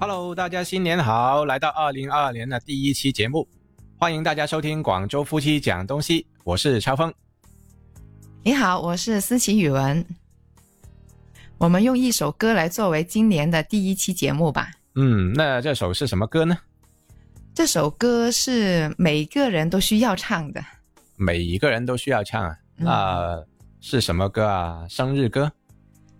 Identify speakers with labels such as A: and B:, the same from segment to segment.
A: Hello，大家新年好！来到二零二二年的第一期节目，欢迎大家收听广州夫妻讲东西，我是超峰。
B: 你好，我是思琪语文。我们用一首歌来作为今年的第一期节目吧。
A: 嗯，那这首是什么歌呢？
B: 这首歌是每个人都需要唱的，
A: 每一个人都需要唱啊。
B: 嗯
A: 那是什么歌啊？生日歌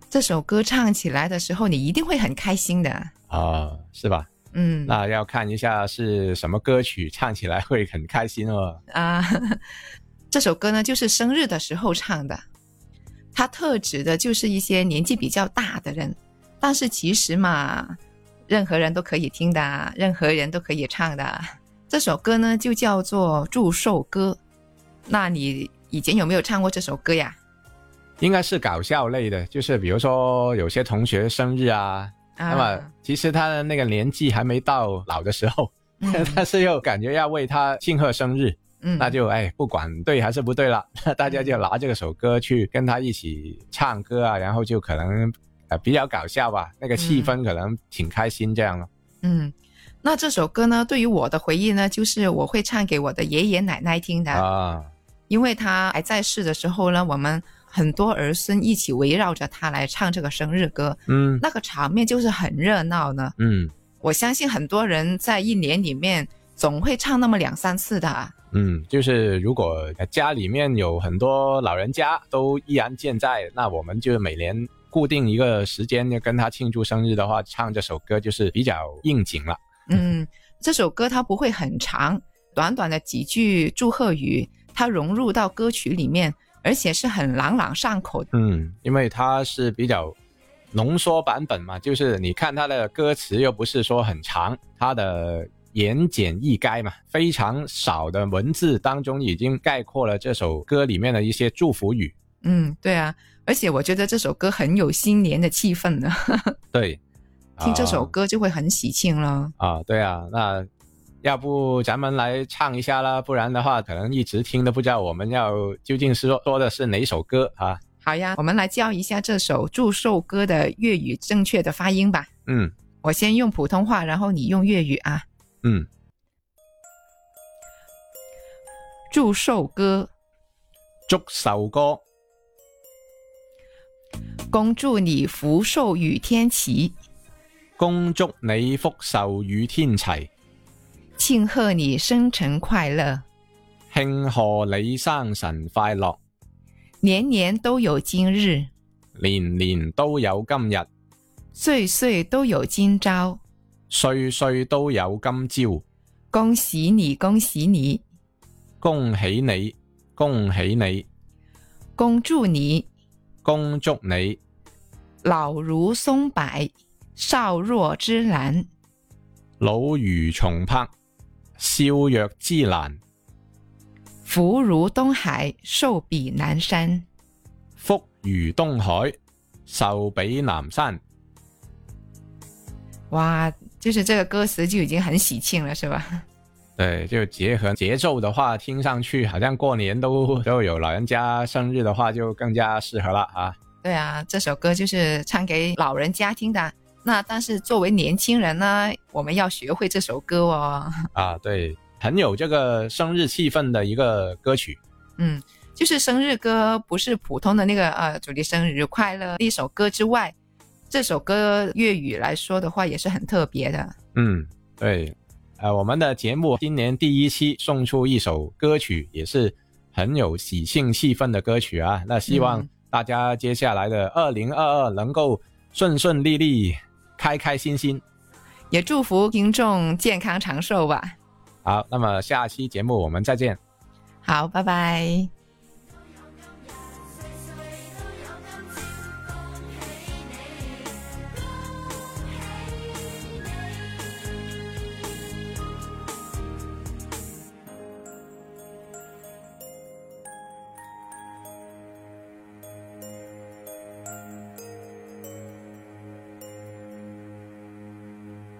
B: 这首歌唱起来的时候，你一定会很开心的。
A: 啊、是吧？
B: 嗯
A: 那要看一下是什么歌曲，唱起来会很开心哦。
B: 啊，这首歌呢就是生日的时候唱的，它特指的就是一些年纪比较大的人，但是其实嘛，任何人都可以听的啊，任何人都可以唱的啊。这首歌呢就叫做祝寿歌。那你以前有没有唱过这首歌呀？
A: 应该是搞笑类的，就是比如说有些同学生日啊，
B: 啊
A: 那么其实他的那个年纪还没到老的时候， 但是又感觉要为他庆贺生日，
B: 嗯，
A: 那就哎不管对还是不对了，那大家就拿这个首歌去跟他一起唱歌啊，然后就可能呃比较搞笑吧，那个气氛可能挺开心这样咯。
B: 嗯，那这首歌呢，对于我的回忆呢，就是我会唱给我的爷爷奶奶听的。
A: 啊，
B: 因为他还在世的时候呢，我们很多儿孙一起围绕着他来唱这个生日歌，
A: 嗯
B: 那个场面就是很热闹呢。
A: 嗯
B: 我相信很多人在一年里面总会唱那么两三次的啊。
A: 嗯，就是如果家里面有很多老人家都依然健在，那我们就每年固定一个时间就跟他庆祝生日的话，唱这首歌就是比较应景了。
B: 嗯，这首歌它不会很长，短短的几句祝贺语，它融入到歌曲里面，而且是很朗朗上口的。
A: 嗯，因为它是比较浓缩版本嘛，就是你看它的歌词又不是说很长，它的言简意赅嘛，非常少的文字当中已经概括了这首歌里面的一些祝福语。
B: 嗯，对啊，而且我觉得这首歌很有新年的气氛呢，
A: 对，
B: 听这首
A: 啊
B: 歌就会很喜庆了。
A: 啊，对啊，那要不咱们来唱一下啦，不然的话可能一直听都不知道我们要究竟是说说的是哪首歌啊。
B: 好呀，我们来教一下这首祝寿歌的粤语正确的发音吧。
A: 嗯
B: 我先用普通话，然后你用粤语啊。
A: 嗯，
B: 祝寿歌，
A: 祝寿歌，
B: 恭祝你福寿与天齐，
A: 恭祝你福寿與天齊，
B: 庆贺你生辰快乐，
A: 慶賀你生辰快樂，
B: 年年都有今日，
A: 年年都有今日，
B: 岁岁都有今朝。
A: 歲歲都有今朝。
B: 恭喜你，恭喜你，
A: 恭喜你，恭喜你，
B: 恭祝你
A: 恭祝你
B: 老如松柏，少若芝兰，
A: 老如松柏，少若芝蘭。
B: 福如东海，寿比南山。
A: 福如东海，寿比南山。
B: 哇，就是这个歌词就已经很喜庆了，是吧？
A: 对，就结合呃节奏的话，听上去好像过年都都有老人家生日的话，就更加适合了啊。
B: 对啊，这首歌就是唱给老人家听的。那但是作为年轻人呢，我们要学会这首歌哦。
A: 啊，对，很有这个生日气氛的一个歌曲。
B: 嗯，就是生日歌，不是普通的那个呃，祝你生日快乐一首歌之外，这首歌粤语来说的话也是很特别的。
A: 嗯，对，呃，我们的节目今年第一期送出一首歌曲，也是很有喜庆气氛的歌曲啊。那希望
B: 嗯
A: 大家接下来的二零二二能够顺顺利利、开开心心。
B: 也祝福听众健康长寿吧。
A: 好，那么下期节目我们再见。
B: 好，拜拜。